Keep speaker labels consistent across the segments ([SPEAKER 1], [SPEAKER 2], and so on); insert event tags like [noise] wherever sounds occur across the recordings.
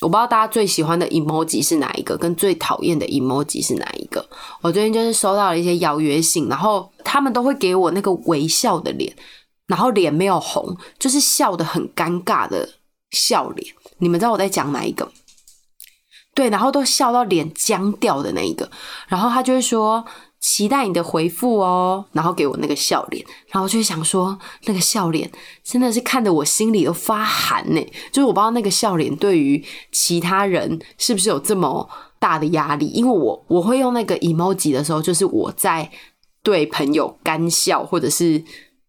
[SPEAKER 1] 我不知道大家最喜欢的 emoji 是哪一个，跟最讨厌的 emoji 是哪一个。我最近就是收到了一些邀约信，然后他们都会给我那个微笑的脸，然后脸没有红，就是笑的很尴尬的笑脸。你们知道我在讲哪一个？对，然后都笑到脸僵掉的那一个，然后他就会说期待你的回复哦，然后给我那个笑脸，然后就会想说那个笑脸真的是看得我心里都发寒呢，就是我不知道那个笑脸对于其他人是不是有这么大的压力，因为我我会用那个 emoji 的时候，就是我在对朋友干笑或者是。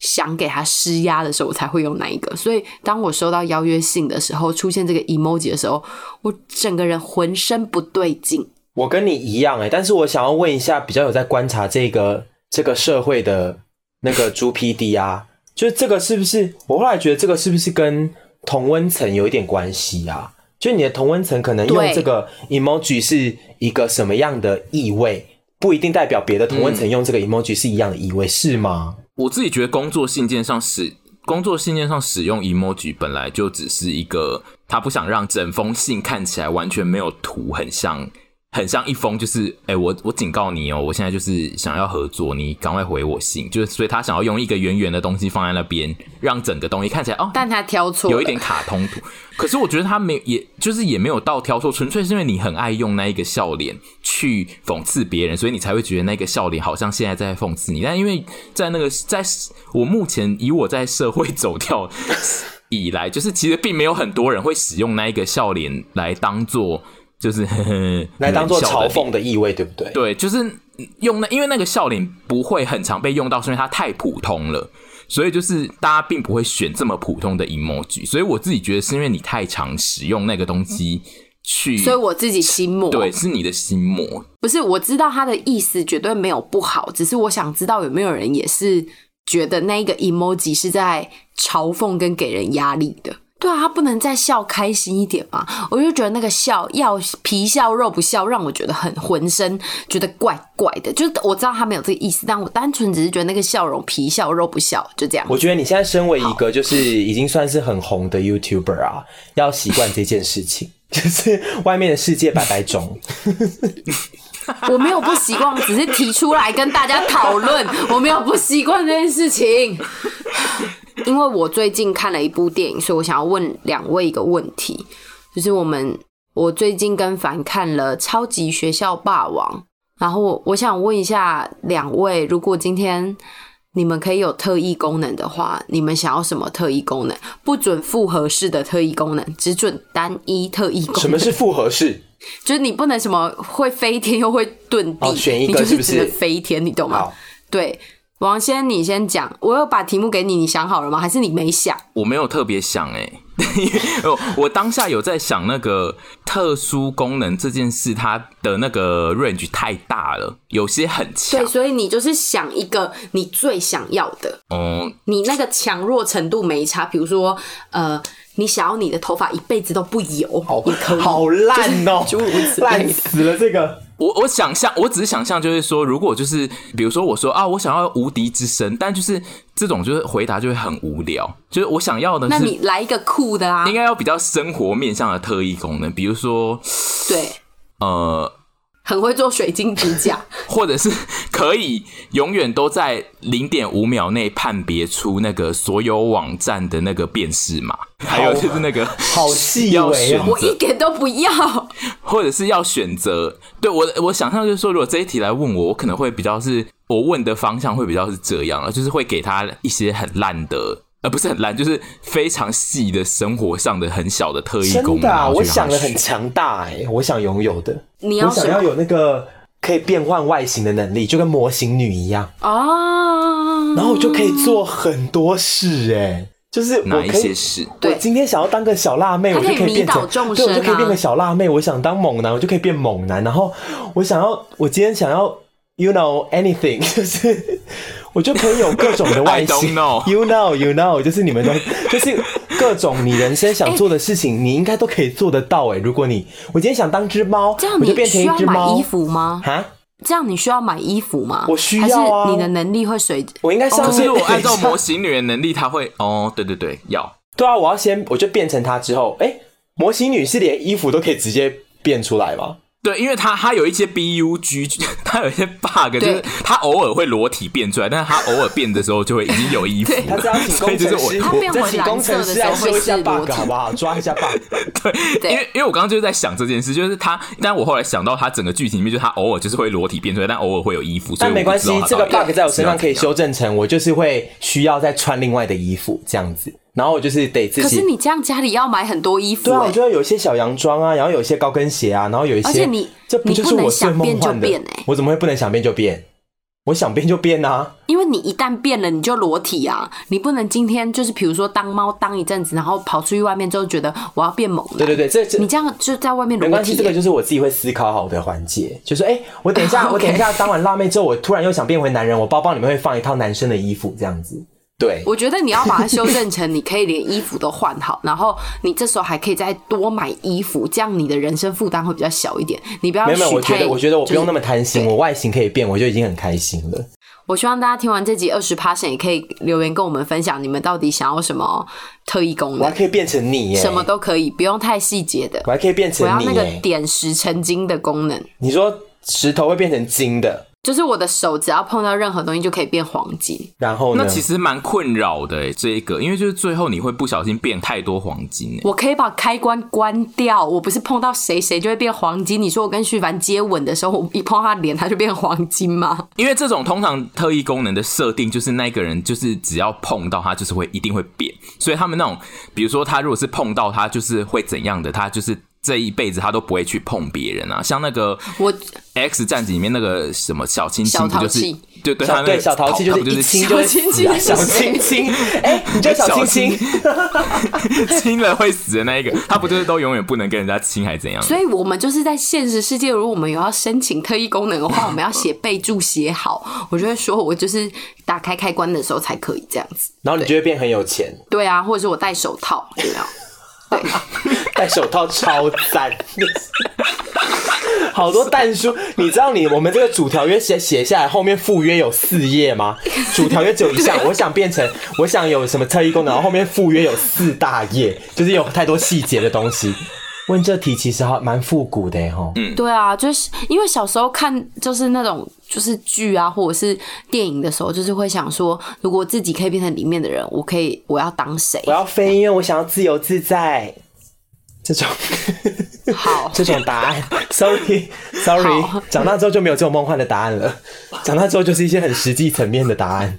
[SPEAKER 1] 想给他施压的时候，我才会用那一个。所以，当我收到邀约信的时候，出现这个 emoji 的时候，我整个人浑身不对劲。
[SPEAKER 2] 我跟你一样哎、但是我想要问一下，比较有在观察这个这个社会的那个猪 PD 啊，就是这个是不是？我后来觉得这个是不是跟同温层有一点关系啊？就你的同温层可能用
[SPEAKER 1] 对
[SPEAKER 2] 这个 emoji 是一个什么样的意味，不一定代表别的同温层用这个 emoji 是一样的意味，是吗？
[SPEAKER 3] 我自己觉得工作信件上使工作信件上使用 emoji 本来就只是一个，他不想让整封信看起来完全没有图，很像很像一封就是，哎、我我警告你哦，我现在就是想要合作，你赶快回我信，就是所以他想要用一个圆圆的东西放在那边，让整个东西看起来哦，
[SPEAKER 1] 但他挑错，
[SPEAKER 3] 有一点。卡通图。可是我觉得他没，也就是也没有到挑错，纯粹是因为你很爱用那一个笑脸去讽刺别人，所以你才会觉得那个笑脸好像现在在讽刺你。但因为在那个在我目前以我在社会走跳以来，就是其实并没有很多人会使用那一个笑脸来当做。就是 [laughs] 呵呵
[SPEAKER 2] 来当做
[SPEAKER 3] 冷嗯笑的
[SPEAKER 2] 嘲
[SPEAKER 3] 脸
[SPEAKER 2] 讽的意味，对不对？
[SPEAKER 3] 对，就是用那，因为那个笑脸不会很常被用到，是因为它太普通了，所以就是大家并不会选这么普通的 emoji。所以我自己觉得是因为你太常使用那个东西去，
[SPEAKER 1] 所以我自己心魔，
[SPEAKER 3] 对是你的心魔。
[SPEAKER 1] 不是我知道他的意思绝对没有不好，只是我想知道有没有人也是觉得那一个 emoji 是在嘲讽跟给人压力的。对啊，他不能再笑开心一点嘛？我就觉得那个笑要皮笑肉不笑，让我觉得很浑身觉得怪怪的。就是我知道他没有这个意思，但我单纯只是觉得那个笑容皮笑肉不笑，就这样。
[SPEAKER 2] 我觉得你现在身为一个就是已经算是很红的 YouTuber 啊，要习惯这件事情， [laughs] 就是外面的世界百百种。
[SPEAKER 1] 我没有不习惯，我只是提出来跟大家讨论。我没有不习惯这件事情，因为我最近看了一部电影，所以我想要问两位一个问题，就是我们我最近跟凡看了《超级学校霸王》，然后我我想问一下两位，如果今天你们可以有特异功能的话，你们想要什么特异功能？不准复合式的特异功能，只准单一特异功能。
[SPEAKER 2] 什么是复合式？
[SPEAKER 1] 就是你不能什么会飞天又会遁地，
[SPEAKER 2] 哦选一个
[SPEAKER 1] 你就是
[SPEAKER 2] 不是
[SPEAKER 1] 只能飞天，你懂吗
[SPEAKER 2] [laughs] 好？
[SPEAKER 1] 对，王先你先讲，我有把题目给你，你想好了吗？还是你没想？
[SPEAKER 3] 我没有特别想哎、欸， [laughs] 我我当下有在想那个特殊功能这件事，它的那个 range 太大了，有些很强
[SPEAKER 1] 对，，所以你就是想一个你最想要的，
[SPEAKER 3] 嗯，
[SPEAKER 1] 你那个强弱程度没差。比如说，呃，你想要你的头发一辈子都不油，
[SPEAKER 2] 好
[SPEAKER 1] 也可以，
[SPEAKER 2] 好烂 [laughs] 哦、
[SPEAKER 1] 就是诸如此类
[SPEAKER 2] 烂
[SPEAKER 1] 的。
[SPEAKER 2] 死了这个。
[SPEAKER 3] 我我想象，我只是想象，就是说，如果就是比如说我说啊，我想要无敌之身，但就是这种就是回答就会很无聊，就是我想要的
[SPEAKER 1] 那
[SPEAKER 3] 是
[SPEAKER 1] 你来一个酷的啊
[SPEAKER 3] 应，该要比较生活面向的特异功能，比如说
[SPEAKER 1] 对，
[SPEAKER 3] 呃，
[SPEAKER 1] 很会做水晶指
[SPEAKER 2] [laughs]
[SPEAKER 1] 甲，
[SPEAKER 3] 或者是 [laughs] 可以永远都在零点五秒内判别出那个所有网站的那个辨识码，还有就是那个
[SPEAKER 2] 好细
[SPEAKER 3] 要
[SPEAKER 2] 微
[SPEAKER 3] 选
[SPEAKER 2] 哦
[SPEAKER 1] 我一点都不要。
[SPEAKER 3] 或者是要选择。对我，我想象就是说，如果这一题来问我，我可能会比较是我问的方向会比较是这样了，就是会给他一些很烂的。呃，不是很烂，就是非常细的生活上的很小的特异功
[SPEAKER 2] 真
[SPEAKER 3] 能。
[SPEAKER 2] 的、
[SPEAKER 3] 然
[SPEAKER 2] 啊，
[SPEAKER 3] 后
[SPEAKER 2] 我
[SPEAKER 3] 去让
[SPEAKER 2] 想
[SPEAKER 3] 他
[SPEAKER 2] 的很
[SPEAKER 3] 选
[SPEAKER 2] 强大哎、我想拥有的，
[SPEAKER 1] 你要
[SPEAKER 2] 我想
[SPEAKER 1] 什
[SPEAKER 2] 要
[SPEAKER 1] 么？
[SPEAKER 2] 有那个可以变换外形的能力，就跟模型女一样，
[SPEAKER 1] 哦，
[SPEAKER 2] 然后我就可以做很多事哎、就是我
[SPEAKER 3] 哪一
[SPEAKER 2] 可以
[SPEAKER 3] 些事？
[SPEAKER 2] 我
[SPEAKER 1] 对
[SPEAKER 2] 今天想要当个小辣妹，
[SPEAKER 1] 它
[SPEAKER 2] 我
[SPEAKER 1] 可
[SPEAKER 2] 就
[SPEAKER 1] 以
[SPEAKER 2] 可以变
[SPEAKER 1] 迷倒
[SPEAKER 2] 成，
[SPEAKER 1] 众
[SPEAKER 2] 对，
[SPEAKER 1] 生啊
[SPEAKER 2] 我就可以变个小辣妹。我想当猛男，我就可以变猛男。然后我想要，我今天想要，you know anything，就是 [laughs] 我就可以有各种的外
[SPEAKER 3] [laughs] I don't
[SPEAKER 2] 形。
[SPEAKER 3] know
[SPEAKER 2] you know you know，就是你们的，就是各种你人生想做的事情，你应该都可以做得到。哎，如果你我今天想当只猫
[SPEAKER 1] 这，样
[SPEAKER 2] 我就
[SPEAKER 1] 你
[SPEAKER 2] 变成
[SPEAKER 1] 需
[SPEAKER 2] 一
[SPEAKER 1] 要
[SPEAKER 2] 只
[SPEAKER 1] 买
[SPEAKER 2] 猫
[SPEAKER 1] 衣服吗？
[SPEAKER 2] 啊！
[SPEAKER 1] 这样你需要买衣服吗？
[SPEAKER 2] 我需要啊
[SPEAKER 1] 还是你的能力会随
[SPEAKER 2] 我应该上
[SPEAKER 3] 可
[SPEAKER 2] 次
[SPEAKER 3] 是我
[SPEAKER 2] [laughs]
[SPEAKER 3] 按照模型女人能力，她会哦，对对对，要
[SPEAKER 2] 对啊，我要先我就变成他之后，哎、模型女是连衣服都可以直接变出来吗？
[SPEAKER 3] 对，因为他他有一些 BUG，他 [laughs] 有一些 bug，就
[SPEAKER 1] 对
[SPEAKER 3] 是他偶尔会裸体变出来，但是他偶尔变的时候就会已经有衣服
[SPEAKER 2] [laughs] 他
[SPEAKER 3] 了
[SPEAKER 2] 这样请
[SPEAKER 3] 所以
[SPEAKER 2] 工
[SPEAKER 3] 就是
[SPEAKER 2] 程
[SPEAKER 3] 我
[SPEAKER 2] 师，
[SPEAKER 3] 我
[SPEAKER 1] 他变回
[SPEAKER 2] 这请工程师来修一下
[SPEAKER 1] 蓝色的时候会是裸
[SPEAKER 2] bug
[SPEAKER 1] 体
[SPEAKER 2] 好不好？抓一
[SPEAKER 3] [laughs]
[SPEAKER 2] 下 bug。
[SPEAKER 1] 对
[SPEAKER 3] 因为因为我刚刚就是在想这件事，就是他，但我后来想到他整个剧情里面，就是他偶尔就是会裸体变出来，但偶尔会有衣服，所以
[SPEAKER 2] 但
[SPEAKER 3] 我
[SPEAKER 2] 没
[SPEAKER 3] 不
[SPEAKER 2] 关
[SPEAKER 3] 知道
[SPEAKER 2] 系
[SPEAKER 3] 他，
[SPEAKER 2] 这个
[SPEAKER 3] 到底
[SPEAKER 2] bug 在我身上可以
[SPEAKER 3] 是要怎
[SPEAKER 2] 修正
[SPEAKER 3] 样。
[SPEAKER 2] 成，我就是会需要再穿另外的衣服这样子，然后我就是得自
[SPEAKER 1] 可
[SPEAKER 2] 己
[SPEAKER 1] 是。你这样家里要买很多衣服、
[SPEAKER 2] 对啊，
[SPEAKER 1] 欸，
[SPEAKER 2] 我就要有一些小洋装啊，然后有一些高跟鞋啊，然后有一些，
[SPEAKER 1] 而且你
[SPEAKER 2] 这不就
[SPEAKER 1] 你
[SPEAKER 2] 是
[SPEAKER 1] 不能
[SPEAKER 2] 我最
[SPEAKER 1] 想变
[SPEAKER 2] 梦
[SPEAKER 1] 就
[SPEAKER 2] 幻的
[SPEAKER 1] 变欸？
[SPEAKER 2] 我怎么会不能想变就变？我想变就变啊！
[SPEAKER 1] 因为你一旦变了，你就裸体啊，你不能今天就是比如说当猫当一阵子，然后跑出去外面之后觉得我要变猛男，
[SPEAKER 2] 对对对，这这
[SPEAKER 1] 你这样就在外面
[SPEAKER 2] 没
[SPEAKER 1] 裸
[SPEAKER 2] 关
[SPEAKER 1] 体
[SPEAKER 2] 系，
[SPEAKER 1] 耶、
[SPEAKER 2] 这个就是我自己会思考好的环节，就是哎、我等一
[SPEAKER 1] 啊
[SPEAKER 2] 下，
[SPEAKER 1] ，OK
[SPEAKER 2] 我等一下当完辣妹之后，我突然又想变回男人，我包包里面会放一套男生的衣服这样子。对，
[SPEAKER 1] 我觉得你要把它修正成，你可以连衣服都换好，然后你这时候还可以再多买衣服，这样你的人生负担会比较小一点。你不要
[SPEAKER 2] 没有没有，
[SPEAKER 1] 许
[SPEAKER 2] 我觉
[SPEAKER 1] 太
[SPEAKER 2] 得我觉得我不用那么
[SPEAKER 1] 就是
[SPEAKER 2] 贪心，
[SPEAKER 1] 对
[SPEAKER 2] 我外形可以变，我就已经很开心了。
[SPEAKER 1] 我希望大家听完这集二十 passion 也可以留言跟我们分享，你们到底想要什么特异功
[SPEAKER 2] 我还
[SPEAKER 1] 能，
[SPEAKER 2] 可以变成你耶，
[SPEAKER 1] 什么，都可以，不用太细节的
[SPEAKER 2] 我。还可以变
[SPEAKER 1] 我
[SPEAKER 2] 成
[SPEAKER 1] 要
[SPEAKER 2] 你
[SPEAKER 1] 那个
[SPEAKER 2] 耶。
[SPEAKER 1] 点石成金的功能，
[SPEAKER 2] 你说石头会变成金的，
[SPEAKER 1] 就是我的手只要碰到任何东西就可以变黄金。
[SPEAKER 2] 然后呢？
[SPEAKER 3] 那其实蛮困扰的诶，这一个，因为就是最后你会不小心变太多黄金诶。
[SPEAKER 1] 我可以把开关关掉，我不是碰到谁谁就会变黄金。你说我跟徐凡接吻的时候，我一碰他脸他就变黄金吗？ [laughs]
[SPEAKER 3] 因为这种通常特异功能的设定就是那个人就是只要碰到他就是会一定会变，所以他们那种比如说他如果是碰到他就是会怎样的，他就是这一辈子他都不会去碰别人啊。像那个
[SPEAKER 1] 我
[SPEAKER 3] X 战警里面那个什么小青青
[SPEAKER 1] 小
[SPEAKER 3] 不
[SPEAKER 1] 淘
[SPEAKER 3] 就是
[SPEAKER 1] 气
[SPEAKER 3] 对对，他
[SPEAKER 2] 小
[SPEAKER 3] 那
[SPEAKER 2] 对
[SPEAKER 3] 个
[SPEAKER 2] 小淘气
[SPEAKER 3] 他
[SPEAKER 2] 就是
[SPEAKER 3] 不
[SPEAKER 2] 一
[SPEAKER 3] 亲
[SPEAKER 2] 亲就会
[SPEAKER 1] 小清
[SPEAKER 2] 死啊
[SPEAKER 1] 新
[SPEAKER 2] 小
[SPEAKER 1] 是谁
[SPEAKER 2] 清
[SPEAKER 3] [laughs]
[SPEAKER 2] 新，哎，你叫小清新，
[SPEAKER 3] 亲了会死的那一个，他不就是都永远不能跟人家亲还怎样？
[SPEAKER 1] 所以我们就是在现实世界，如果我们有要申请特异功能的话，我们要写备注写好。我就会说，我就是打开开关的时候才可以这样子。
[SPEAKER 2] 然后你就会变很有钱，
[SPEAKER 1] 对啊，或者是我戴手
[SPEAKER 2] [laughs]
[SPEAKER 1] 套，有没有？
[SPEAKER 2] 戴手套超赞。好多蛋书，你知道你我们这个主条约写写下来，后面副约有四页吗？主条约只有一项，我想变成，我想有什么特异功能，然后后面副约有四大页，就是有太多细节的东西。问这题其实还蛮复古的哈，嗯，
[SPEAKER 1] 对啊，就是因为小时候看就是那种就是剧啊，或者是电影的时候，就是会想说，如果自己可以变成里面的人，我可以我要当谁
[SPEAKER 2] 我？要飞，因为我想要自由自在。这种 [laughs]
[SPEAKER 1] 好，
[SPEAKER 2] 这种答案，sorry sorry，
[SPEAKER 1] 好
[SPEAKER 2] 长大之后就没有这种梦幻的答案了，长大之后就是一些很实际层面的答案。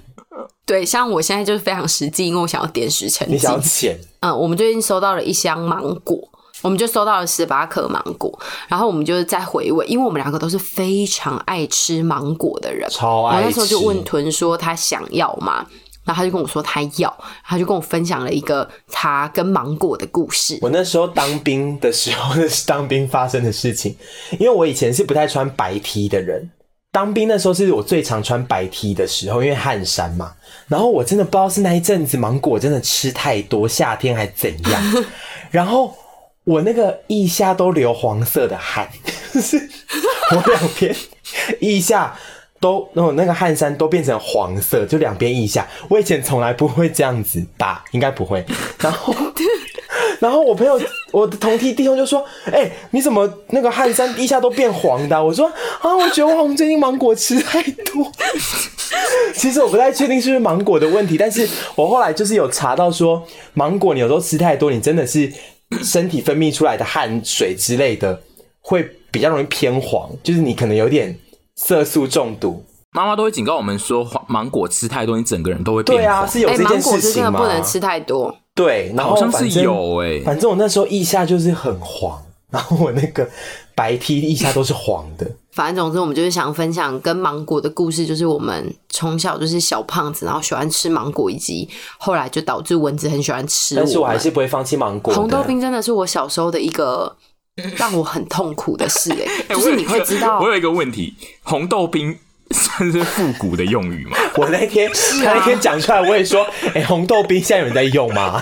[SPEAKER 1] 对，像我现在就是非常实际，因为我想要点石成
[SPEAKER 2] 你
[SPEAKER 1] 金
[SPEAKER 2] 想。要钱，
[SPEAKER 1] 嗯，我们最近收到了一箱芒果，我们就收到了十八颗芒果，然后我们就是在回味，因为我们两个都是非常爱吃芒果的人，
[SPEAKER 2] 超爱
[SPEAKER 1] 我那时候就
[SPEAKER 2] 吃
[SPEAKER 1] 问屯说他想要吗？然后他就跟我说他要，他就跟我分享了一个他跟芒果的故事。
[SPEAKER 2] 我那时候当兵的时候，那是当兵发生的事情。因为我以前是不太穿白 T 的人，当兵那时候是我最常穿白 T 的时候，因为汗衫嘛。然后我真的不知道是那一阵子芒果真的吃太多，夏天还怎样。然后我那个腋下都流黄色的汗， [laughs] 就是我两边腋下都，哦那那个汗衫都变成黄色，就两边腋下。我以前从来不会这样子打，应该不会。然后。然后我朋友，我的同梯弟兄就说：“哎、你怎么那个汗衫一下都变黄的啊、我说：“啊，我觉得我们最近芒果吃太多。” [laughs] 其实我不太确定是不是芒果的问题，但是我后来就是有查到说，芒果你有时候吃太多，你真的是身体分泌出来的汗水之类的，会比较容易偏黄，就是你可能有点色素中毒。
[SPEAKER 3] 妈妈都会警告我们说，黄芒果吃太多，你整个人都会变
[SPEAKER 2] 对啊，
[SPEAKER 3] 黄
[SPEAKER 2] 是有
[SPEAKER 1] 哎、
[SPEAKER 2] 这
[SPEAKER 1] 芒
[SPEAKER 2] 件
[SPEAKER 1] 果
[SPEAKER 2] 事
[SPEAKER 1] 是
[SPEAKER 2] 情
[SPEAKER 1] 真的
[SPEAKER 2] 吗？
[SPEAKER 1] 不能吃太多。
[SPEAKER 2] 对，然后
[SPEAKER 3] 好像
[SPEAKER 2] 反
[SPEAKER 3] 是
[SPEAKER 2] 正
[SPEAKER 3] 有
[SPEAKER 1] 欸
[SPEAKER 3] 哎、
[SPEAKER 2] 反正我那时候腋下就是很黄，然后我那个白 T 腋下都是黄的，
[SPEAKER 1] 反正总之，我们就是想分享跟芒果的故事，就是我们从小就是小胖子，然后喜欢吃芒果，以及后来就导致蚊子很喜欢吃
[SPEAKER 2] 但是我还啊
[SPEAKER 1] 们
[SPEAKER 2] 是不会放弃芒果
[SPEAKER 1] 红豆
[SPEAKER 2] 的。
[SPEAKER 1] 冰真的是我小时候的一个让我很痛苦的事、欸，
[SPEAKER 3] 哎
[SPEAKER 1] 就
[SPEAKER 3] 我
[SPEAKER 1] 是
[SPEAKER 3] 有
[SPEAKER 1] 你
[SPEAKER 3] 一个
[SPEAKER 1] 会知道
[SPEAKER 3] 我，有一个问题，红豆冰 [laughs] 算是复古的用
[SPEAKER 1] [laughs]
[SPEAKER 3] 语吗？
[SPEAKER 2] [laughs] 我那天、
[SPEAKER 1] 啊
[SPEAKER 2] [laughs] 他那天讲出来，我也说，哎、红豆冰现在有人在用吗？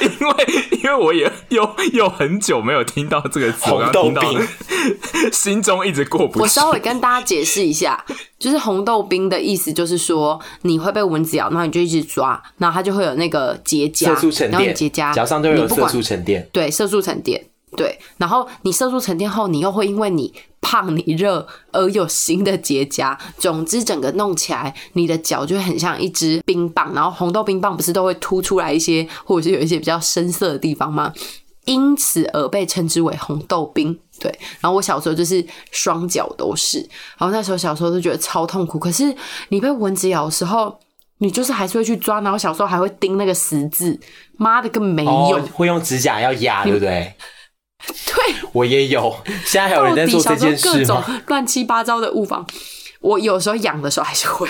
[SPEAKER 3] 因为因为我也又又很久没有听到这个词，
[SPEAKER 2] 红
[SPEAKER 3] 我刚
[SPEAKER 2] 豆
[SPEAKER 3] 听到
[SPEAKER 2] 冰
[SPEAKER 3] [laughs] 心中一直过不去。
[SPEAKER 1] 我稍微跟大家解释一下，就是红豆冰的意思，就是说你会被蚊子咬，然后你就一直抓，然后它就会有那个结痂
[SPEAKER 2] [laughs] 色素沉，
[SPEAKER 1] 然后你
[SPEAKER 2] 淀，
[SPEAKER 1] 结痂，
[SPEAKER 2] 脚上都会
[SPEAKER 1] 你
[SPEAKER 2] 有
[SPEAKER 1] 不
[SPEAKER 2] 色
[SPEAKER 1] 管
[SPEAKER 2] 素沉淀。
[SPEAKER 1] 对，色素沉淀。对，然后你色素沉淀后，你又会因为你胖、你热而有新的结痂。总之，整个弄起来，你的脚就会很像一只冰棒。然后红豆冰棒不是都会凸出来一些，或者是有一些比较深色的地方吗？因此而被称之为红豆冰。对，然后我小时候就是双脚都是，然后那时候小时候都觉得超痛苦。可是你被蚊子咬的时候，你就是还是会去抓，然后小时候还会钉那个十字，妈的，根本没用。
[SPEAKER 2] 哦，会用指甲要压，对不对？
[SPEAKER 1] 对，
[SPEAKER 2] 我也有，现在还有
[SPEAKER 1] 到
[SPEAKER 2] 人在
[SPEAKER 1] 底
[SPEAKER 2] 做
[SPEAKER 1] 小
[SPEAKER 2] 这
[SPEAKER 1] 时候
[SPEAKER 2] 件
[SPEAKER 1] 各
[SPEAKER 2] 事
[SPEAKER 1] 种
[SPEAKER 2] 吗？
[SPEAKER 1] 乱七八糟的误防，我有时候养的时候还是会，